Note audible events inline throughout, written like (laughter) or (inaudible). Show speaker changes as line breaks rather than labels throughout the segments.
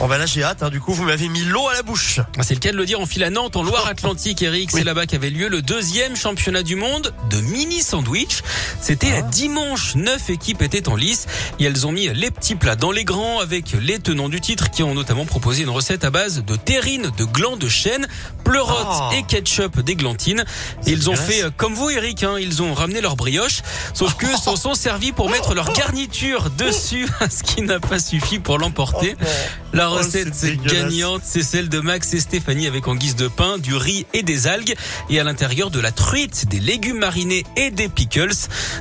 On va là, j'ai hâte. hein. Du coup, vous m'avez mis l'eau à la bouche.
Ah, C'est le cas de le dire, on file à Nantes, en Loire-Atlantique, Eric. C'est là-bas qu'avait lieu le deuxième championnat du monde de mini sandwich. C'était
Ah.
à dimanche. Neuf équipes étaient en lice et elles ont mis les petits plats dans les grands avec les tenants du titre qui ont notamment proposé une recette à base de terrine, de glands de chêne, pleurote
Ah.
et ketchup d'églantine. Et ils ont
dégueulasse.
fait euh, comme vous, Eric. hein, ils ont ramené leur brioche,
(laughs)
sauf que s'en sont servis pour mettre leur garniture dessus, (laughs) ce qui n'a pas suffi pour l'emporter. La
Oh,
recette
c'est dégueulasse.
gagnante, c'est celle de Max et Stéphanie avec en guise de pain du riz et des algues et à l'intérieur de la truite, des légumes marinés et des pickles.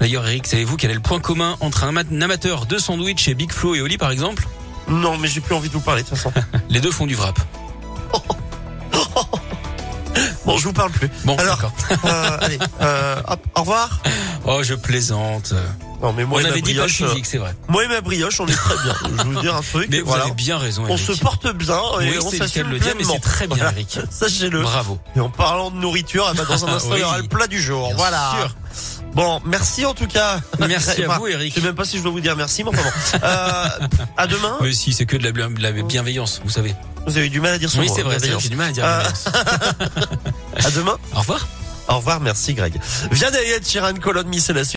D'ailleurs, Eric, savez-vous quel est le point commun entre un, amat- un amateur de sandwich chez Big Flo et Oli par exemple
Non, mais j'ai plus envie de vous parler de toute
(laughs)
façon.
Les deux font du wrap.
Bon, je vous parle plus.
Bon,
Alors,
d'accord. (laughs)
euh, allez, euh, hop, au revoir.
Oh, je plaisante.
Non, mais moi
On
et ma
avait dit pas de
brioche,
physique, c'est vrai.
euh, moi et ma brioche, on est très bien. je vais vous dire un truc.
Mais vous
voilà.
avez bien raison,
on
Eric.
se porte bien et
Oui,
on
c'est le cas de
s'assume
le dire, mais
pleinement.
c'est très bien,
Voilà.
Eric.
(laughs) Sachez-le.
Bravo.
Et en parlant de nourriture, eh ben, dans
(laughs)
un instant, il y aura
Oui.
le plat du jour.
Bien
voilà.
sûr.
Bon, merci en tout cas. (laughs)
Merci à
Enfin,
vous,
Je
Eric.
sais même pas si je dois vous dire merci, mais enfin bon. Euh, à demain.
Mais si, c'est que de la, bien- de la bienveillance, vous savez.
Vous avez eu du mal à dire son
Oui,
mot,
c'est vrai, c'est vrai,
bienveillance.
j'ai du mal à dire.
Euh,
bienveillance.
À demain.
Au revoir.
Au revoir, merci Greg. Viens d'ailleurs, Chiran Colonne, c'est la suite.